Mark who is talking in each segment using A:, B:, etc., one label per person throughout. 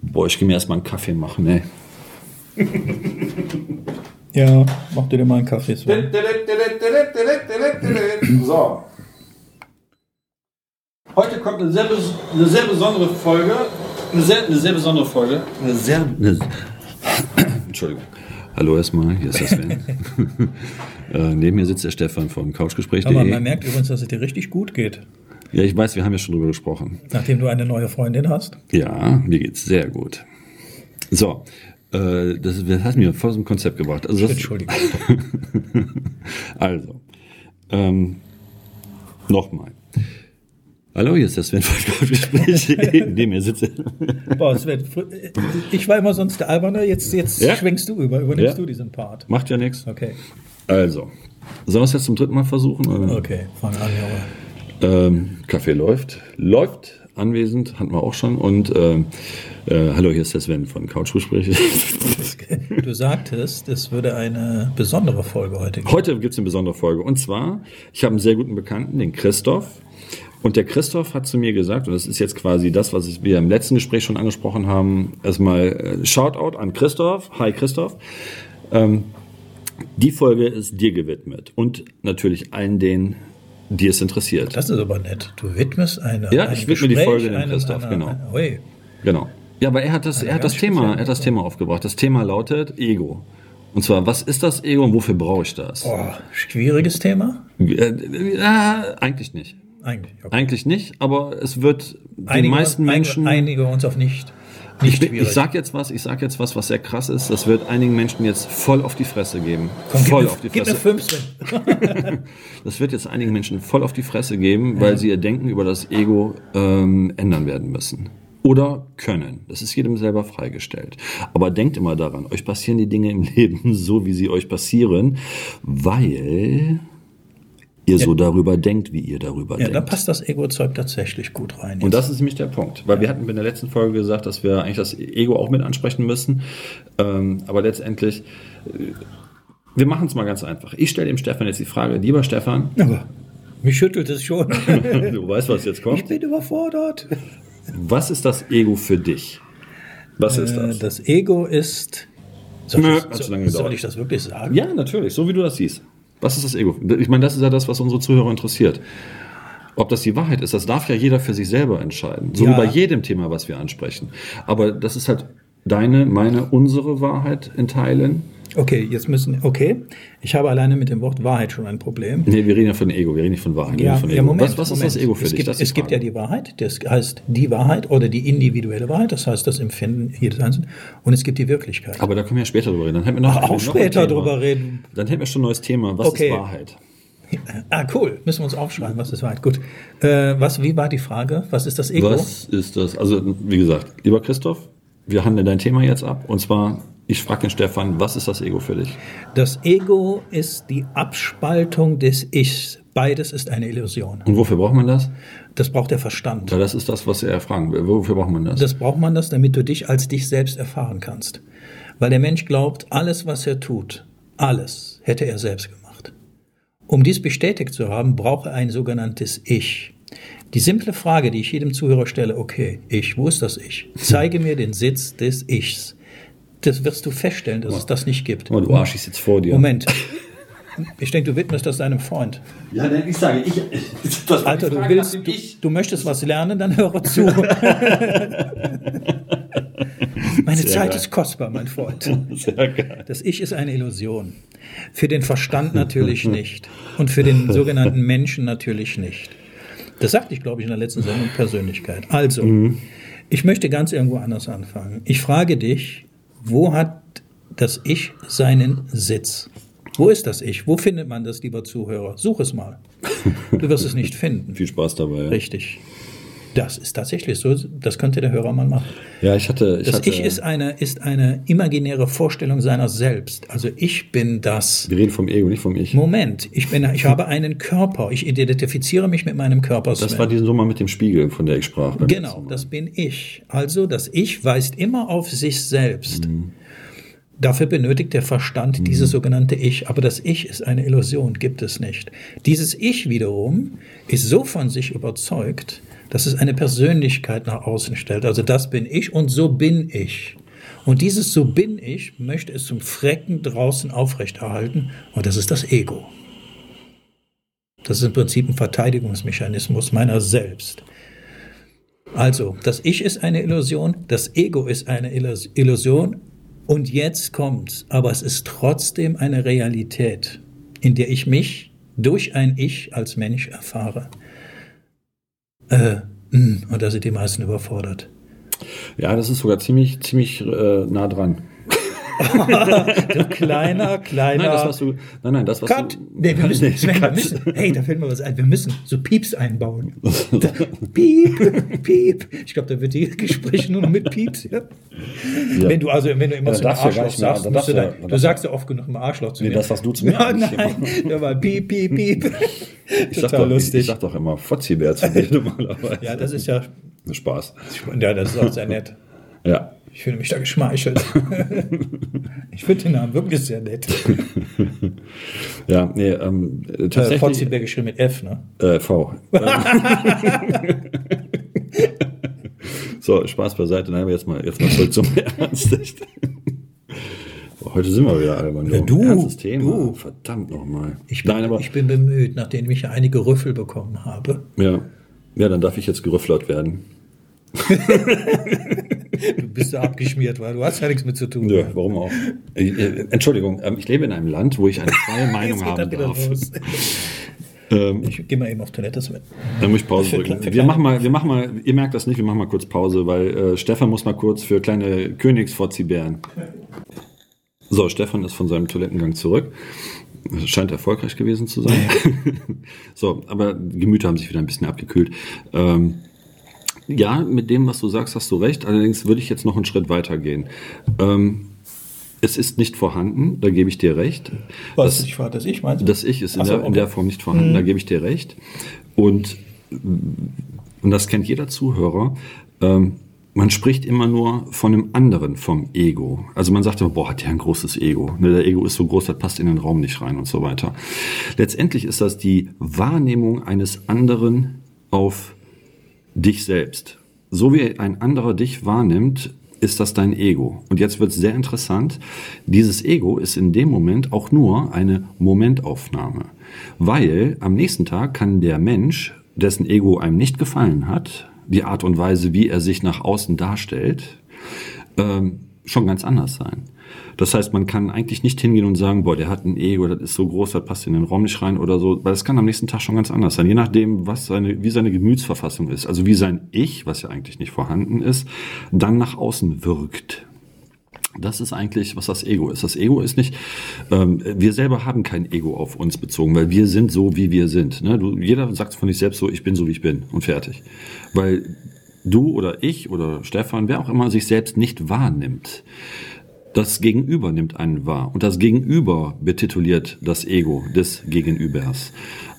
A: Boah, ich gehe mir erstmal einen Kaffee machen, ey.
B: Ja, mach dir mal einen Kaffee. Sven.
C: So. Heute kommt eine sehr, bes- eine sehr besondere Folge. Eine sehr, eine sehr besondere Folge.
A: Eine sehr. Eine, Entschuldigung. Hallo erstmal, hier ist der Sven. äh, neben mir sitzt der Stefan von
B: Aber man
A: Couchgespräch.de.
B: merkt übrigens, dass es dir richtig gut geht,
A: Ja, ich weiß, wir haben ja schon drüber gesprochen.
B: nachdem du eine neue Freundin hast.
A: Ja, mir geht's sehr gut. So, äh, das, das hat mir voll aus dem Konzept gebracht. Also das,
B: Entschuldigung.
A: Also, ähm, nochmal. Hallo, hier ist der Sven von Couchgespräch.de. neben mir sitzt der.
B: Boah, Sven, fr- ich war immer sonst der Alberne, jetzt, jetzt
A: Ja.
B: schwenkst du über, übernimmst
A: Ja.
B: du diesen Part.
A: Macht ja nichts.
B: Okay,
A: Also, sollen wir es jetzt zum dritten Mal versuchen? Oder?
B: okay, fang an, Junge.
A: Ähm, Kaffee läuft. Läuft anwesend, hatten wir auch schon. Und ähm, äh, hallo, hier ist der Sven von Couchgespräch.
B: Du sagtest, es würde eine besondere Folge heute geben.
A: Heute gibt es eine besondere Folge. Und zwar, ich habe einen sehr guten Bekannten, den Christoph. Und der Christoph hat zu mir gesagt, und das ist jetzt quasi das, was ich- wir im letzten Gespräch schon angesprochen haben, erstmal äh, Shoutout an Christoph. Hi Christoph. Ähm, die Folge ist dir gewidmet und natürlich allen denen, die es interessiert.
B: Das ist aber nett. Du widmest eine.
A: Ja,
B: ein
A: ich widme die Folge dem
B: einem-
A: Christoph, genau.
B: einer- Ui,
A: Genau. Ja, aber er hat das, er hat
B: Also ganz
A: das Thema,
B: spezielle
A: er hat das Thema aufgebracht. Das Thema lautet Ego. Und zwar, was ist das Ego und wofür brauche ich das?
B: boah, schwieriges Thema?
A: Äh, äh, äh, eigentlich nicht.
B: Eigentlich. okay.
A: Eigentlich nicht, aber es wird die
B: Einigen wir-
A: meisten Menschen.
B: Einigen wir uns auf nicht.
A: ich,
B: Nicht
A: bin-
B: schwierig.
A: ich sag jetzt was, ich sag jetzt was, was sehr krass ist. Das wird einigen Menschen jetzt voll auf die Fresse geben.
B: Komm, gib
A: voll
B: mir,
A: auf die
B: gib mir
A: Fresse.
B: fünf, Sven.
A: Das wird jetzt einigen Menschen voll auf die Fresse geben, weil sie ihr Denken über das Ego ähm, ändern werden müssen. Oder können. Das ist jedem selber freigestellt. Aber denkt immer daran, euch passieren die Dinge im Leben so, wie sie euch passieren, weil ihr so darüber denkt, wie ihr darüber
B: Ja,
A: denkt.
B: da passt das Ego-Zeug tatsächlich gut rein.
A: Und das ist nämlich der Punkt, weil wir hatten in der letzten Folge gesagt, dass wir eigentlich das Ego auch mit ansprechen müssen. Ähm, aber letztendlich, äh, wir machen es mal ganz einfach. Ich stelle dem Stefan jetzt die Frage, lieber Stefan,
B: Aber mich schüttelt es schon.
A: du weißt, was jetzt
B: ich
A: kommt.
B: bin überfordert.
A: Was ist das Ego für dich? Was ist
B: Äh,
A: das?
B: Das Ego ist. Soll,
A: Nö,
B: ich,
A: hat zu
B: so,
A: lange gedauert.
B: soll ich das wirklich sagen?
A: Äh, Ja, natürlich, so wie du das siehst. Was ist das Ego? Ich meine, das ist ja das, was unsere Zuhörer interessiert. Ob das die Wahrheit ist, das darf ja jeder für sich selber entscheiden. So
B: Ja.
A: wie bei jedem Thema, was wir ansprechen. Aber das ist halt deine, meine, unsere Wahrheit in Teilen.
B: Okay, jetzt müssen. Okay, ich habe alleine mit dem Wort Wahrheit schon ein Problem.
A: Nee, wir reden ja von Ego, wir reden nicht von Wahrheit. Hm, wir reden von Ego. was was ist das Ego für
B: es
A: dich?
B: Gibt,
A: das ist die
B: es gibt ja
A: Frage.
B: die Wahrheit, das heißt die Wahrheit oder die individuelle Wahrheit, das heißt das Empfinden jedes Einzelnen. Und es gibt die Wirklichkeit.
A: Aber da können wir ja später drüber reden. Dann hätten wir noch,
B: Auch
A: noch ein Thema.
B: später drüber reden.
A: Dann hätten wir schon ein neues Thema. Was
B: Okay.
A: ist Wahrheit?
B: ah, cool, müssen wir uns aufschreiben, was ist Wahrheit. Gut. Äh, was, wie war die Frage? Was ist das Ego?
A: Was ist das? Also, wie gesagt, lieber Christoph, wir handeln dein Thema jetzt ab. Und zwar, ich frage den Stefan, was ist das Ego für dich?
B: Das Ego ist die Abspaltung des Ichs. Beides ist eine Illusion.
A: Und wofür braucht man das?
B: Das braucht der Verstand.
A: Weil das ist das, was er fragen will. Wofür braucht man das?
B: Das braucht man das, damit du dich als dich selbst erfahren kannst. Weil der Mensch glaubt, alles, was er tut, alles hätte er selbst gemacht. Um dies bestätigt zu haben, braucht er ein sogenanntes Ich. Die simple Frage, die ich jedem Zuhörer stelle, okay, ich, wo ist das Ich? Zeige mir den Sitz des Ichs. Das wirst du feststellen, dass es das nicht gibt.
A: Guck mal, du Arsch ist jetzt vor dir.
B: Moment. Ich denke, du widmest das deinem Freund.
A: Ja, denn ich sage, ich. Das
B: Alter, du
C: Frage nach
B: willst,
C: dem
B: du,
C: Ich.
B: du möchtest was lernen, dann höre zu. Meine Zeit
A: geil.
B: ist kostbar, mein Freund.
A: sehr geil.
B: Das Ich ist eine Illusion. Für den Verstand natürlich nicht. Und für den sogenannten Menschen natürlich nicht. Das sagte ich, glaube ich, in der letzten Sendung Persönlichkeit. Also,
A: Mhm.
B: ich möchte ganz irgendwo anders anfangen. Ich frage dich, wo hat das Ich seinen Sitz? Wo ist das Ich? Wo findet man das, lieber Zuhörer? Such es mal. Du wirst es nicht finden.
A: Viel Spaß dabei.
B: Richtig. Das ist tatsächlich so. Das könnte der Hörer mal machen.
A: Ja, ich hatte. Ich
B: Das
A: hatte
B: Ich ist eine, ist eine imaginäre Vorstellung seiner selbst. Also ich bin das.
A: wir reden vom Ego, nicht vom Ich.
B: Moment, ich, bin, ich habe einen Körper. Ich identifiziere mich mit meinem Körper.
A: Das
B: Sven.
A: war die Nummer mit dem Spiegel, von der ich sprach. beim letzten
B: genau,
A: Mal.
B: das bin ich. Also das Ich weist immer auf sich selbst. Dafür benötigt der Verstand dieses sogenannte Ich. Aber das Ich ist eine Illusion, gibt es nicht. Dieses Ich wiederum ist so von sich überzeugt, dass es eine Persönlichkeit nach außen stellt. Also das bin ich und so bin ich. Und dieses so bin ich möchte es zum Frecken draußen aufrechterhalten und das ist das Ego. Das ist im Prinzip ein Verteidigungsmechanismus meiner selbst. Also, das Ich ist eine Illusion, das Ego ist eine Illus- Illusion und jetzt kommt's, aber es ist trotzdem eine Realität, in der ich mich durch ein Ich als Mensch erfahre. Äh, mh, und da sind die meisten überfordert.
A: Ja, das ist sogar ziemlich, ziemlich äh, nah dran.
B: Du kleiner, kleiner.
A: Nein, das, was du. Nein, nein, das, was
B: Genau. Cut!
A: du.
B: Nee, wir müssen,
A: Nee,
B: Sven, wir
A: Cut.
B: müssen, hey, da fällt mir was ein, wir müssen so Pieps einbauen. Da, piep, piep. Ich glaube, da wird jedes Gespräch nur noch mit Pieps. Ja? Wenn du also, wenn du immer
A: Ja,
B: zu einem
A: darfst du ja gar
B: Arschloch
A: nicht mehr,
B: sagst,
A: dann
B: musst du
A: darfst du
B: da,
A: ja- dann
B: du
A: darfst
B: sagst ja oft genug im Arschloch zu
A: Nee,
B: mir.
A: das, was du zu mir
B: Ja,
A: eigentlich
B: nein, da war piep, piep, piep.
A: Ich sag, doch, ich, ich sag doch immer, Fotzibär zu dir normalerweise.
B: Ja, das ist ja,
A: Spaß.
B: ja, das ist auch sehr nett.
A: Ja.
B: Ich fühle mich da geschmeichelt. ich finde den Namen wirklich sehr nett.
A: Ja, nee, ähm, äh,
B: Äh,
A: tatsächlich.
B: Potziberg geschrieben mit F, ne?
A: Äh, v. so, Spaß beiseite. Nein, aber jetzt mal, jetzt mal zurück zum Ernst. echt. Boah, Heute sind wir wieder albern.
B: Ja, du,
A: Ernstes Thema.
B: du.
A: Verdammt nochmal.
B: Ich bin,
A: Nein, aber.
B: ich bin bemüht, nachdem ich ja einige Rüffel bekommen habe.
A: ja. ja, dann darf ich jetzt gerüfflert werden.
B: Du bist da abgeschmiert, weil du hast ja nichts mit zu tun.
A: Nö, warum auch? Äh, äh, Entschuldigung, ähm, ich lebe in einem Land, wo ich eine freie
B: Jetzt
A: Meinung
B: geht
A: haben
B: das wieder
A: darf.
B: los.
A: Ähm,
B: Ich gehe mal eben auf Toilette, Sven.
A: Dann muss ich Pause
B: Für
A: drücken.
B: kle- für
A: wir
B: kleine-
A: machen mal, wir machen mal, ihr merkt das nicht, wir machen mal kurz Pause, weil äh, Stefan muss mal kurz für kleine Königsfotzibären. So, Stefan ist von seinem Toilettengang zurück. Es Scheint erfolgreich gewesen zu sein. so, aber die Gemüter haben sich wieder ein bisschen abgekühlt. Ähm, ja, mit dem, was du sagst, hast du recht. Allerdings würde ich jetzt noch einen Schritt weiter gehen. Ähm, es ist nicht vorhanden, da gebe ich dir recht.
B: Was? ich war das ich, meinst du?
A: Das Ich ist in,
B: Ach so,
A: der, in
B: okay. Hm.
A: der Form nicht vorhanden, da gebe ich dir recht. Und, und das kennt jeder Zuhörer. Ähm, man spricht immer nur von einem anderen, vom Ego. Also man sagt immer, boah, hat der ein großes Ego. Ne, der Ego ist so groß, das passt in den Raum nicht rein und so weiter. Letztendlich ist das die Wahrnehmung eines anderen auf dich selbst. So wie ein anderer dich wahrnimmt, ist das dein Ego. Und jetzt wird es sehr interessant. Dieses Ego ist in dem Moment auch nur eine Momentaufnahme. Weil am nächsten Tag kann der Mensch, dessen Ego einem nicht gefallen hat, die Art und Weise, wie er sich nach außen darstellt, ähm, schon ganz anders sein. Das heißt, man kann eigentlich nicht hingehen und sagen, boah, der hat ein Ego, das ist so groß, das passt in den Raum nicht rein oder so, weil es kann am nächsten Tag schon ganz anders sein, je nachdem, was seine, wie seine Gemütsverfassung ist, also wie sein Ich, was ja eigentlich nicht vorhanden ist, dann nach außen wirkt. Das ist eigentlich, was das Ego ist. Das Ego ist nicht, ähm, wir selber haben kein Ego auf uns bezogen, weil wir sind so, wie wir sind. Ne? Du, jeder sagt von sich selbst so, ich bin so, wie ich bin und fertig. Weil du oder ich oder Stefan, wer auch immer sich selbst nicht wahrnimmt, das Gegenüber nimmt einen wahr. Und das Gegenüber betituliert das Ego des Gegenübers.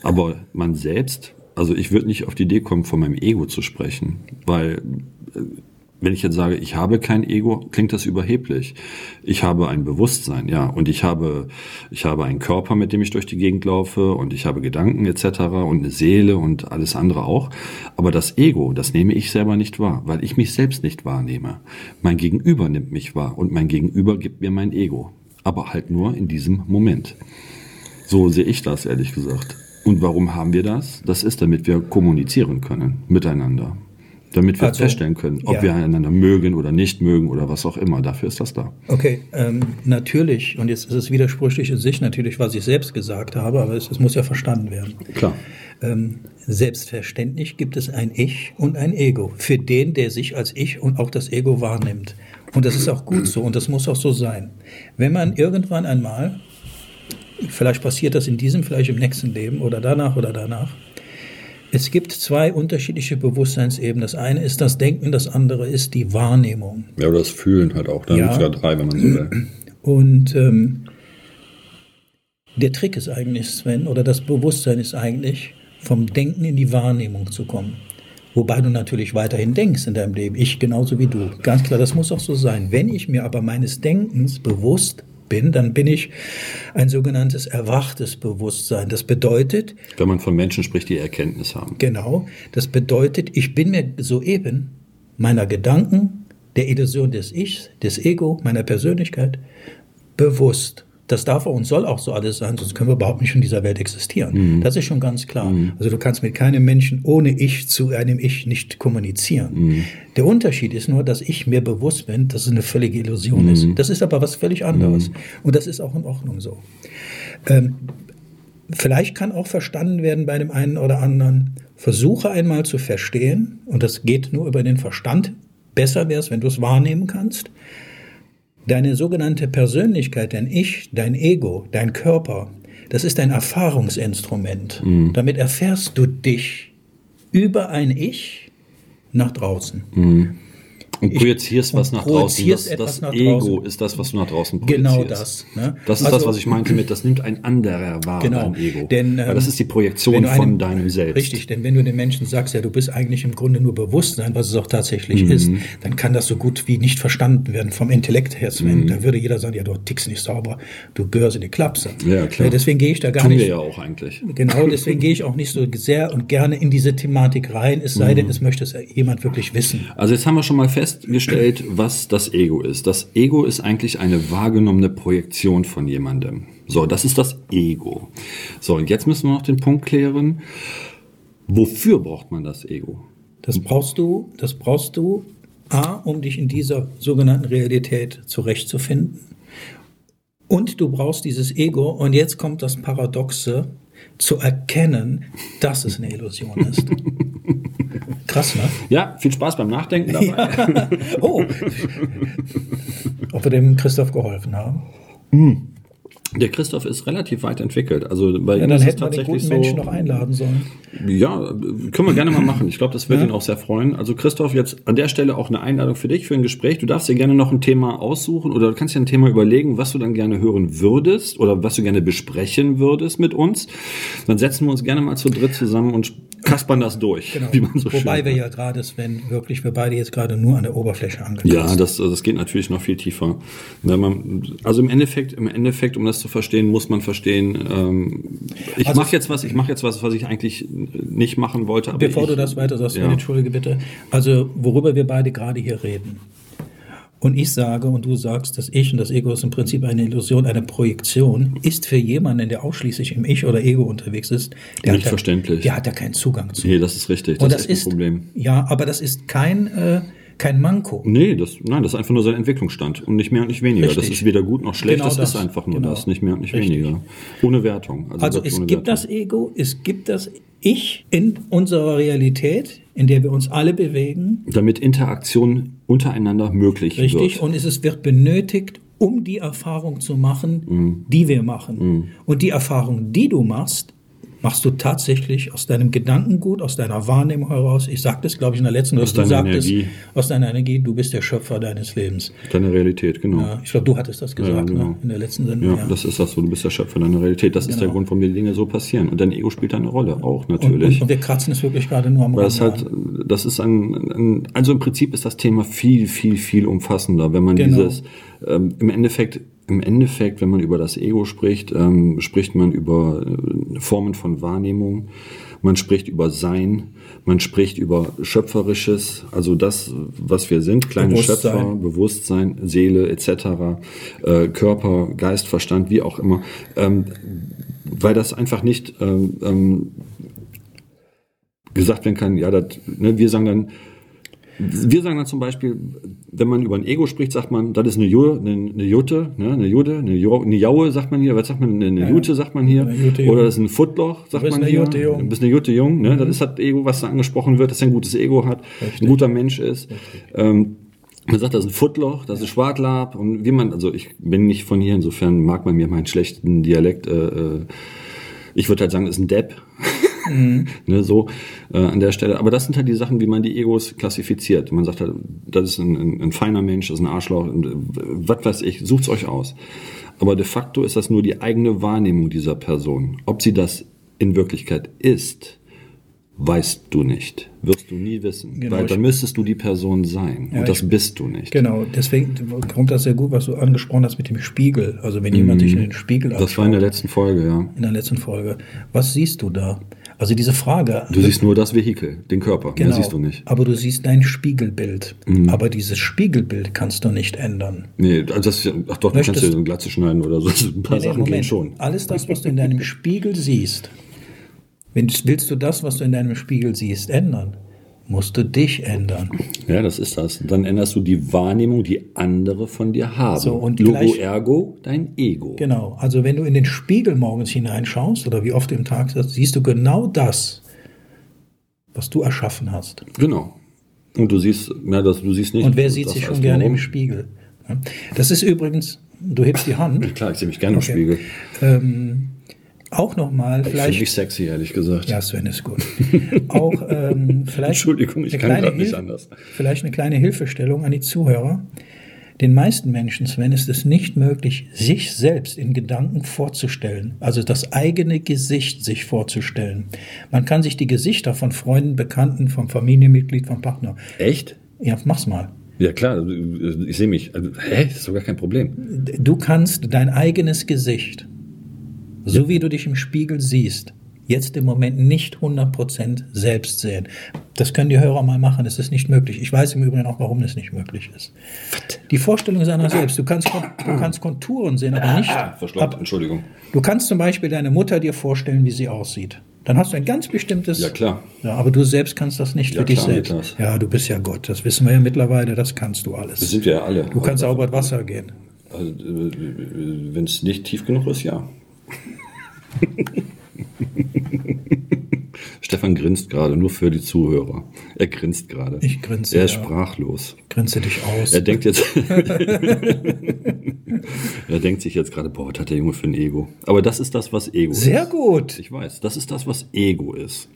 A: Aber man selbst, also ich würde nicht auf die Idee kommen, von meinem Ego zu sprechen, weil wenn ich jetzt sage, ich habe kein Ego, klingt das überheblich. Ich habe ein Bewusstsein, ja, und ich habe, ich habe einen Körper, mit dem ich durch die Gegend laufe, und ich habe Gedanken etc. und eine Seele und alles andere auch. Aber das Ego, das nehme ich selber nicht wahr, weil ich mich selbst nicht wahrnehme. Mein Gegenüber nimmt mich wahr und mein Gegenüber gibt mir mein Ego, aber halt nur in diesem Moment. So sehe ich das ehrlich gesagt. Und warum haben wir das? Das ist, damit wir kommunizieren können miteinander. Damit wir
B: Also,
A: feststellen können, ob
B: ja.
A: wir einander mögen oder nicht mögen oder was auch immer. Dafür ist das da.
B: Okay, ähm, natürlich, und jetzt ist es widersprüchlich in sich, natürlich, was ich selbst gesagt habe, aber es, es muss ja verstanden werden.
A: Klar.
B: Ähm, selbstverständlich gibt es ein Ich und ein Ego. Für den, der sich als Ich und auch das Ego wahrnimmt. Und das ist auch gut so und das muss auch so sein. Wenn man irgendwann einmal, vielleicht passiert das in diesem, vielleicht im nächsten Leben oder danach oder danach, es gibt zwei unterschiedliche Bewusstseinsebenen. Das eine ist das Denken, das andere ist die Wahrnehmung.
A: Ja, oder das Fühlen halt auch. Da
B: Ja. gibt's ja
A: drei, wenn man so will.
B: Und ähm, der Trick ist eigentlich, Sven, oder das Bewusstsein ist eigentlich, vom Denken in die Wahrnehmung zu kommen. Wobei du natürlich weiterhin denkst in deinem Leben, ich genauso wie du. Ganz klar, das muss auch so sein. Wenn ich mir aber meines Denkens bewusst bin, dann bin ich ein sogenanntes erwachtes Bewusstsein. Das bedeutet,
A: Wenn man von Menschen spricht, die Erkenntnis haben.
B: Genau, das bedeutet, ich bin mir soeben meiner Gedanken, der Illusion des Ichs, des Ego, meiner Persönlichkeit bewusst. Das darf und soll auch so alles sein, sonst können wir überhaupt nicht in dieser Welt existieren. Das ist schon ganz klar. Also du kannst mit keinem Menschen ohne Ich zu einem Ich nicht kommunizieren. Der Unterschied ist nur, dass ich mir bewusst bin, dass es eine völlige Illusion ist. Das ist aber was völlig anderes. Und das ist auch in Ordnung so. Vielleicht kann auch verstanden werden bei dem einen oder anderen. Versuche einmal zu verstehen, und das geht nur über den Verstand. Besser wäre es, wenn du es wahrnehmen kannst. Deine sogenannte Persönlichkeit, dein Ich, dein Ego, dein Körper, das ist ein Erfahrungsinstrument.
A: Mhm.
B: Damit erfährst du dich über ein Ich nach draußen.
A: Mhm. Und projizierst was
B: und
A: nach draußen. Das,
B: projizierst etwas
A: das
B: nach
A: Ego
B: draußen.
A: ist das, was du nach draußen projizierst.
B: Genau das. Ne?
A: Das ist
B: Also-
A: das, was ich meinte mit, das nimmt ein anderer wahr,
B: Genau,
A: dein Ego.
B: denn,
A: Weil das
B: ähm,
A: ist die Projektion
B: wenn du
A: von
B: einem-
A: deinem Selbst.
B: Richtig, denn wenn du den Menschen sagst, ja, du bist eigentlich im Grunde nur Bewusstsein, was es auch tatsächlich
A: Mhm.
B: ist, dann kann das so gut wie nicht verstanden werden vom Intellekt her, Sven.
A: Mhm.
B: Da würde jeder sagen, ja, du tickst nicht sauber, du gehörst in die Klapse. Äh,
A: Ja, klar.
B: deswegen gehe ich da gar
A: Tun
B: nicht.
A: wir ja auch eigentlich.
B: Genau, deswegen gehe ich auch nicht so sehr und gerne in diese Thematik rein, es sei
A: Mhm.
B: denn, es möchte es jemand wirklich wissen.
A: Also jetzt haben wir schon mal festgestellt, was das Ego ist. Das Ego ist eigentlich eine wahrgenommene Projektion von jemandem. So, das ist das Ego. So, und jetzt müssen wir noch den Punkt klären, wofür braucht man das Ego?
B: Das brauchst du, das brauchst du, A, um dich in dieser sogenannten Realität zurechtzufinden. Und du brauchst dieses Ego, und jetzt kommt das Paradoxe, zu erkennen, dass es eine Illusion ist. Krass, ne?
A: Ja, viel Spaß beim Nachdenken dabei.
B: Oh! Ob wir dem Christoph geholfen haben.
A: Der Christoph ist relativ weit entwickelt. Also bei
B: Ja,
A: ihm
B: dann
A: ist es
B: hätten wir den
A: tatsächlich
B: guten
A: so.
B: Menschen noch einladen sollen.
A: Ja, können wir gerne mal machen. Ich glaube, das wird ihn auch sehr freuen. Also Christoph, jetzt an der Stelle auch eine Einladung für dich für ein Gespräch. Du darfst dir gerne noch ein Thema aussuchen oder du kannst dir ein Thema überlegen, was du dann gerne hören würdest oder was du gerne besprechen würdest mit uns. Dann setzen wir uns gerne mal zu dritt zusammen und kaspern das durch,
B: Genau.
A: wie man so
B: Wobei
A: schön
B: wir
A: sagt.
B: ja gerade, Sven, wirklich, wir beide jetzt gerade nur an der Oberfläche angekratzt
A: Ja, das, das geht natürlich noch viel tiefer. Wenn man, also im Endeffekt, im Endeffekt, um das zu verstehen, muss man verstehen. Ähm, ich mach
B: Also-
A: mache jetzt was, ich mache jetzt was, was ich eigentlich nicht machen wollte. Aber
B: Bevor
A: ich,
B: du das weiter sagst,
A: ja.
B: Sven, entschuldige bitte. Also, worüber wir beide gerade hier reden. Und ich sage und du sagst, das Ich und das Ego ist im Prinzip eine Illusion, eine Projektion, ist für jemanden, der ausschließlich im Ich oder Ego unterwegs ist, der
A: Nicht
B: hat da,
A: verständlich.
B: Der hat da keinen Zugang zu.
A: Nee, das ist richtig.
B: und
A: echt ein Problem.
B: ja, aber das ist kein, äh, kein Manko.
A: Nee, das, nein, das ist einfach nur sein Entwicklungsstand und nicht mehr und nicht weniger. Das
B: Richtig.
A: ist weder gut noch schlecht,
B: Genau
A: das, ist
B: das.
A: einfach nur
B: Genau.
A: das, nicht mehr und nicht
B: Richtig.
A: weniger. Ohne Wertung.
B: Also
A: wirklich
B: es
A: ohne
B: gibt
A: Wertung.
B: das Ego, es gibt das Ich in unserer Realität, in der wir uns alle bewegen.
A: Damit Interaktion untereinander möglich
B: Richtig,
A: wird.
B: und es ist, wird benötigt, um die Erfahrung zu machen,
A: Mm.
B: die wir machen. Und die Erfahrung, die du machst, machst du tatsächlich aus deinem Gedankengut, aus deiner Wahrnehmung heraus. Ich sagte es, glaube ich, in der letzten, was
A: Aus
B: du
A: deiner
B: sagtest,
A: Energie.
B: aus deiner Energie, du bist der Schöpfer deines Lebens.
A: Deine Realität, genau.
B: Ja, ich glaube, du hattest das gesagt
A: genau.
B: ne? in der letzten Sendung.
A: Ja,
B: ja.
A: das ist das so. Du bist der Schöpfer deiner Realität. Das ist der
B: Genau.
A: Grund, warum die Dinge so passieren. Und dein Ego spielt da eine Rolle auch
B: und,
A: natürlich.
B: und, und wir kratzen es wirklich gerade nur am
A: Weil das
B: Rande
A: halt,
B: an.
A: das ist ein, ein, also im Prinzip ist das Thema viel, viel, viel umfassender, wenn man
B: Genau.
A: dieses, ähm, im Endeffekt, im Endeffekt, wenn man über das Ego spricht, ähm, spricht man über äh, Formen von Wahrnehmung, man spricht über Sein, man spricht über Schöpferisches, also das, was wir sind, kleine
B: Bewusstsein.
A: Schöpfer, Bewusstsein, Seele etc., äh, Körper, Geist, Verstand, wie auch immer, ähm, weil das einfach nicht ähm, ähm, gesagt werden kann, ja, das, ne, wir sagen dann, wir sagen dann zum Beispiel, wenn man über ein Ego spricht, sagt man, das ist eine Jude, eine, eine Jute, ne, eine Jude, eine, jo, eine Jaue, sagt man hier, was sagt man, eine Jute, sagt man hier,
B: Eine Jute, Jung.
A: oder das ist ein Footloch, sagt
B: bist
A: man
B: eine
A: hier,
B: Jute, Jung. Mhm.
A: du bist eine Jute Jung, ne, das ist das Ego, was da angesprochen wird, dass er ein gutes Ego hat, ein guter Mensch ist, ähm, man sagt, das ist ein Footloch, das ist Schwartlab und wie man, also ich bin nicht von hier, insofern mag man mir meinen schlechten Dialekt, äh, äh, ich würde halt sagen, das ist ein Depp, Ne, so äh, an der Stelle. Aber das sind halt die Sachen, wie man die Egos klassifiziert. Man sagt halt, das ist ein, ein, ein feiner Mensch, das ist ein Arschloch, und, äh, was weiß ich, sucht's euch aus. Aber de facto ist das nur die eigene Wahrnehmung dieser Person. Ob sie das in Wirklichkeit ist, weißt du nicht, wirst du nie wissen,
B: Genau,
A: weil dann
B: ich-
A: müsstest du die Person sein und das bist du nicht.
B: Genau, deswegen kommt das sehr gut, was du angesprochen hast mit dem Spiegel. Also wenn jemand sich in den Spiegel
A: Mhm. Das war in der letzten Folge, ja.
B: in der letzten Folge, was siehst du da? Also diese Frage.
A: Du siehst nur das Vehikel, den Körper, mehr siehst du nicht. Mhm.
B: Genau. Aber du siehst dein Spiegelbild. Aber dieses Spiegelbild kannst du nicht ändern.
A: Nee, also das, ist ja- ach doch, du kannst dir
B: Möchtest-
A: so eine Glatze schneiden oder so. Ein paar
B: Nee, nee,
A: Sachen gehen
B: Moment.
A: schon.
B: Alles das, was du in deinem Spiegel siehst, wenn, willst du das, was du in deinem Spiegel siehst, ändern, musst du dich ändern.
A: Ja, das ist das. Dann änderst du die Wahrnehmung, die andere von dir haben.
B: So, und
A: Logo
B: gleich-
A: ergo, dein Ego.
B: Genau, also wenn du in den Spiegel morgens hineinschaust oder wie oft im Tag, siehst du genau das, was du erschaffen hast.
A: Genau. Und du siehst, ja, das, du siehst nicht.
B: Und wer sieht
A: das
B: sich schon
A: erstmal
B: gerne
A: rum.
B: im Spiegel? Ja. Das ist übrigens, du hebst die Hand,
A: Klar, ich sehe mich gerne
B: Okay.
A: im Spiegel.
B: auch nochmal
A: Finde ich
B: vielleicht.
A: sexy, ehrlich gesagt.
B: Ja, Sven ist gut. Auch ähm, vielleicht,
A: Entschuldigung, ich
B: eine
A: kann
B: kleine
A: grad nicht
B: Hilfe-
A: anders.
B: vielleicht eine kleine Hilfestellung an die Zuhörer. Den meisten Menschen, Sven, ist es nicht möglich, sich selbst in Gedanken vorzustellen, also das eigene Gesicht sich vorzustellen. Man kann sich die Gesichter von Freunden, Bekannten, vom Familienmitglied, vom Partner.
A: Echt?
B: Ja, mach's mal.
A: Ja, klar, ich sehe mich. Also, hä? Das ist sogar kein Problem.
B: Du kannst dein eigenes Gesicht, so wie du dich im Spiegel siehst, jetzt im Moment nicht 100% selbst sehen. Das können die Hörer mal machen, es ist nicht möglich. Ich weiß im Übrigen auch, warum das nicht möglich ist. Die Vorstellung seiner selbst. Du kannst, Kon- du kannst Konturen sehen, aber nicht.
A: Verschluckt,
B: ab-
A: Entschuldigung.
B: du kannst zum Beispiel deine Mutter dir vorstellen, wie sie aussieht. Dann hast du ein ganz bestimmtes.
A: Ja, klar.
B: Ja, aber du selbst kannst das nicht
A: Ja,
B: für dich
A: klar,
B: selbst.
A: Niklas.
B: Ja, du bist ja Gott. Das wissen wir ja mittlerweile. Das kannst du alles.
A: Das sind wir ja alle.
B: du kannst sauber ins Wasser gehen.
A: Also, Wenn es nicht tief genug ist, ja. Stefan grinst gerade, nur für die Zuhörer. Er grinst gerade.
B: Ich grinse,
A: Er ist
B: ja.
A: sprachlos.
B: Grenze dich aus.
A: Er denkt jetzt. er denkt sich jetzt gerade, boah, was hat der Junge für ein Ego? Aber das ist das, was Ego ist.
B: Sehr gut.
A: Ich weiß, das ist das, was Ego ist.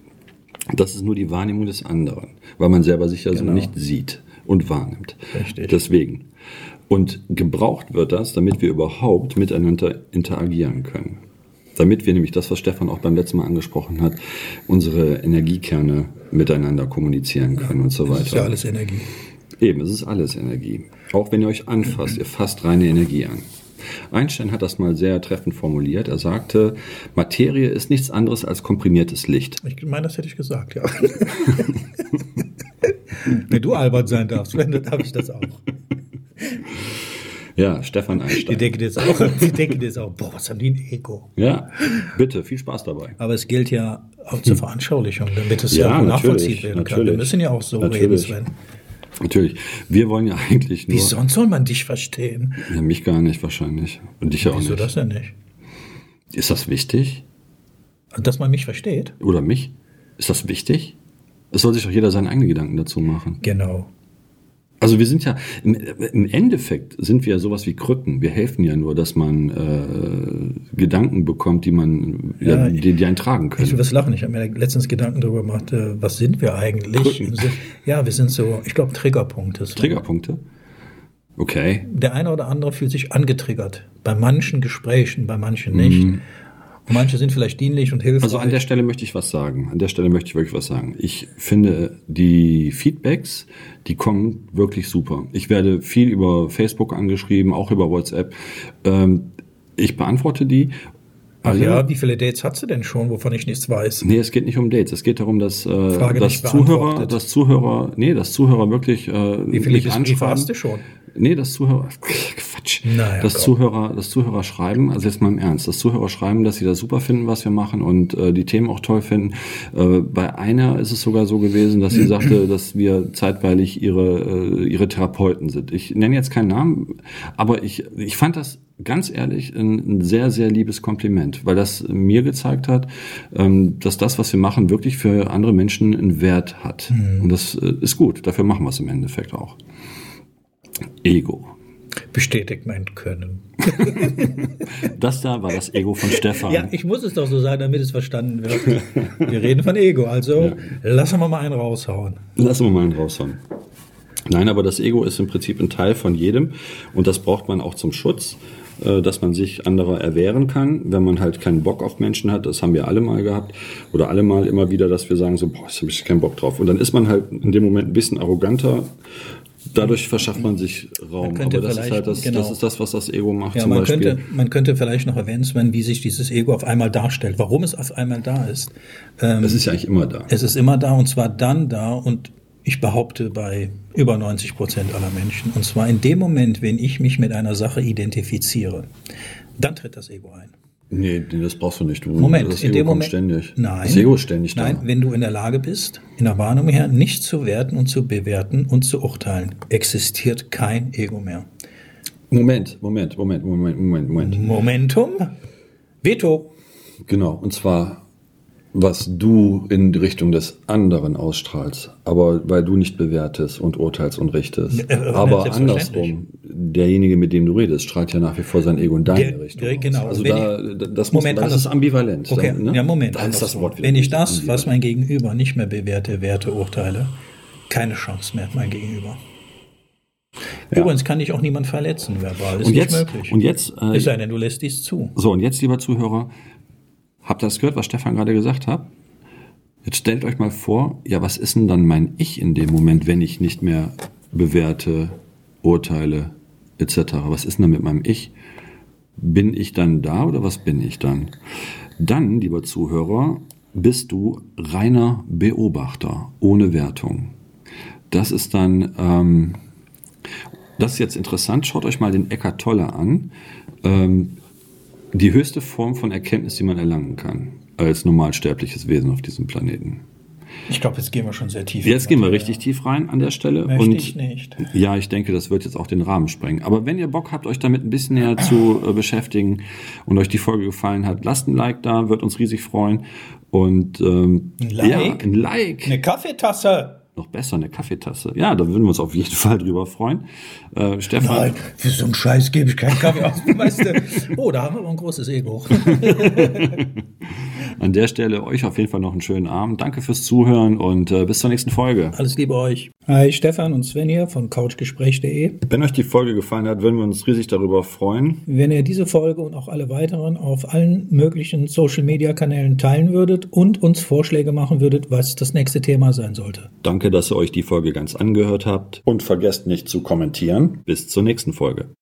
A: Das ist nur die Wahrnehmung des anderen, weil man selber sich ja so nicht sieht und wahrnimmt.
B: Genau. Richtig.
A: Deswegen. Und gebraucht wird das, damit wir überhaupt miteinander interagieren können. Damit wir nämlich das, was Stefan auch beim letzten Mal angesprochen hat, unsere Energiekerne miteinander kommunizieren können und so
B: Das ist ja
A: weiter.
B: alles Energie.
A: Eben, es ist alles Energie. Auch wenn ihr euch anfasst, ihr fasst reine Energie an. Einstein hat das mal sehr treffend formuliert. Er sagte, Materie ist nichts anderes als komprimiertes Licht.
B: Ich meine, das hätte ich gesagt, ja. Wenn du Albert sein darfst, wenn, dann darf ich das auch.
A: Ja, Stefan
B: Die
A: Einstein.
B: denken jetzt auch, die denken jetzt auch, boah, was haben die ein Ego?
A: Ja, bitte, viel Spaß dabei.
B: Aber es gilt ja auch zur Veranschaulichung, damit es
A: Ja,
B: Hm. ja, auch
A: natürlich,
B: nachvollziehbar werden kann. Wir
A: natürlich.
B: müssen ja auch so
A: Natürlich.
B: reden, Sven.
A: Natürlich, wir wollen ja eigentlich nur...
B: Wie sonst soll man dich verstehen?
A: Ja, mich gar nicht wahrscheinlich. Und dich ja auch
B: Wieso
A: nicht.
B: das denn nicht?
A: Ist das wichtig?
B: Dass man mich versteht?
A: Oder mich? Ist das wichtig? Es soll sich doch jeder seine eigenen Gedanken dazu machen.
B: Genau.
A: Also wir sind ja, im, im Endeffekt sind wir ja sowas wie Krücken. Wir helfen ja nur, dass man äh, Gedanken bekommt, die man, ja,
B: Ja,
A: die, die einen tragen
B: Ich
A: können.
B: will was lachen. Ich habe mir letztens Gedanken darüber gemacht, äh, was sind wir eigentlich?
A: Krücken.
B: Ja, wir sind so, ich glaube, Triggerpunkte. Sven.
A: Triggerpunkte? Okay.
B: der eine oder andere fühlt sich angetriggert. Bei manchen Gesprächen, bei manchen nicht. Und manche sind vielleicht dienlich und hilfreich.
A: Mhm. Also an der Stelle möchte ich was sagen. An der Stelle möchte ich wirklich was sagen. Ich finde die Feedbacks, die kommen wirklich super. Ich werde viel über Facebook angeschrieben, auch über WhatsApp. Ähm, ich beantworte die.
B: Ach
A: alle.
B: ja, wie viele Dates hat sie denn schon, wovon ich nichts weiß?
A: Nee, es geht nicht um Dates. Es geht darum, dass, äh,
B: Frage
A: dass
B: nicht
A: Zuhörer,
B: beantwortet.
A: dass Zuhörer, nee, dass Zuhörer wirklich äh,
B: Wie viele
A: mich
B: Liebesbriefe
A: anschreiben.
B: hast du schon?
A: Nee, dass Zuhörer, Quatsch,
B: Naja,
A: dass
B: komm.
A: Zuhörer, dass Zuhörer schreiben, also jetzt mal im Ernst, dass Zuhörer schreiben, dass sie das super finden, was wir machen und äh, die Themen auch toll finden. Äh, bei einer ist es sogar so gewesen, dass sie sagte, dass wir zeitweilig ihre, äh, ihre Therapeuten sind. Ich nenne jetzt keinen Namen, aber ich, ich fand das ganz ehrlich ein, ein sehr, sehr liebes Kompliment, weil das mir gezeigt hat, ähm, dass das, was wir machen, wirklich für andere Menschen einen Wert hat. Und das äh, ist gut, dafür machen wir es im Endeffekt auch. Ego.
B: Bestätigt mein Können.
A: Das da war das Ego von Stefan.
B: Ja, ich muss es doch so sagen, damit es verstanden wird. wir reden von Ego, also lassen wir mal einen raushauen.
A: Lassen wir mal einen raushauen. Nein, aber das Ego ist im Prinzip ein Teil von jedem und das braucht man auch zum Schutz, äh, dass man sich anderer erwehren kann, wenn man halt keinen Bock auf Menschen hat. Das haben wir alle mal gehabt oder alle mal immer wieder, dass wir sagen so, boah, jetzt habe ich keinen Bock drauf. Und dann ist man halt in dem Moment ein bisschen arroganter. Dadurch verschafft man sich Raum.
B: könnte
A: aber das ist
B: vielleicht-
A: halt das,
B: genau.
A: das ist das, was das Ego macht
B: Ja,
A: zum
B: man
A: Beispiel.
B: könnte, man könnte vielleicht noch erwähnen, wie sich dieses Ego auf einmal darstellt, warum es auf einmal da ist. Ähm,
A: Es ist ja eigentlich immer da.
B: Es ist immer da und zwar dann da und ich behaupte bei über 90 Prozent aller Menschen. Und zwar in dem Moment, wenn ich mich mit einer Sache identifiziere, dann tritt das Ego ein.
A: Nee, nee, das brauchst du nicht. Du,
B: Moment,
A: das
B: in
A: Ego
B: dem
A: kommt
B: Moment.
A: ständig.
B: Nein.
A: Das Ego ist ständig
B: Nein,
A: da.
B: wenn du in der Lage bist, in der Wahrnehmung her nicht zu werten und zu bewerten und zu urteilen, existiert kein Ego mehr.
A: Moment, Moment, Moment, Moment, Moment, Moment.
B: Mhm. Momentum, Veto.
A: Genau, und zwar, was du in die Richtung des anderen ausstrahlst, aber weil du nicht bewertest und urteilst und richtest.
B: Äh, äh,
A: aber
B: selbstverständlich.
A: andersrum, derjenige, mit dem du redest, strahlt ja nach wie vor sein Ego in deine
B: Ge-
A: Richtung.
B: ge- genau.
A: Aus. Also
B: Wenn
A: da, da- das, muss,
B: Moment,
A: man- das
B: anders.
A: ist ambivalent.
B: Okay,
A: dann, ne?
B: ja, Moment.
A: Da ist das Wort wieder.
B: Wenn ich das, was
A: ambivalent.
B: mein Gegenüber nicht mehr bewerte, werte, urteile, keine Chance mehr hat mein Gegenüber.
A: Ja.
B: Übrigens kann dich auch niemand verletzen verbal. Ist
A: Und
B: nicht
A: jetzt,
B: möglich.
A: und jetzt äh,
B: es sei denn, du lässt dies zu.
A: So, und jetzt, lieber Zuhörer, habt ihr das gehört, was Stefan gerade gesagt hat? Jetzt stellt euch mal vor, ja, was ist denn dann mein Ich in dem Moment, wenn ich nicht mehr bewerte, urteile, etc.? Was ist denn dann mit meinem Ich? Bin ich dann da oder was bin ich dann? Dann, lieber Zuhörer, bist du reiner Beobachter ohne Wertung. Das ist dann, ähm, das ist jetzt interessant. Schaut euch mal den Eckart Tolle an die höchste Form von Erkenntnis, die man erlangen kann, als normalsterbliches Wesen auf diesem Planeten.
B: Ich glaube, jetzt gehen wir schon sehr tief.
A: Jetzt gehen wir richtig tief rein an der Stelle.
B: Möchte
A: und
B: ich nicht.
A: Ja, ich denke, das wird jetzt auch den Rahmen sprengen. Aber wenn ihr Bock habt, euch damit ein bisschen näher zu äh, beschäftigen und euch die Folge gefallen hat, lasst ein Like da, wird uns riesig freuen. Und ähm,
B: Ein Like?
A: Ja, ein Like.
B: Eine Kaffeetasse.
A: Noch besser, eine Kaffeetasse. Ja, da würden wir uns auf jeden Fall drüber freuen. Äh, Stefan.
B: Nein, für so einen Scheiß gebe ich keinen Kaffee aus. Weißt du? Oh, da haben wir aber ein großes Ego.
A: An der Stelle euch auf jeden Fall noch einen schönen Abend. Danke fürs Zuhören und äh, bis zur nächsten Folge.
B: Alles Liebe euch. Hi, Stefan und Sven hier von couchgespräch.de.
A: Wenn euch die Folge gefallen hat, würden wir uns riesig darüber freuen.
B: wenn ihr diese Folge und auch alle weiteren auf allen möglichen Social-Media-Kanälen teilen würdet und uns Vorschläge machen würdet, was das nächste Thema sein sollte.
A: Danke, dass ihr euch die Folge ganz angehört habt. Und vergesst nicht zu kommentieren. Bis zur nächsten Folge.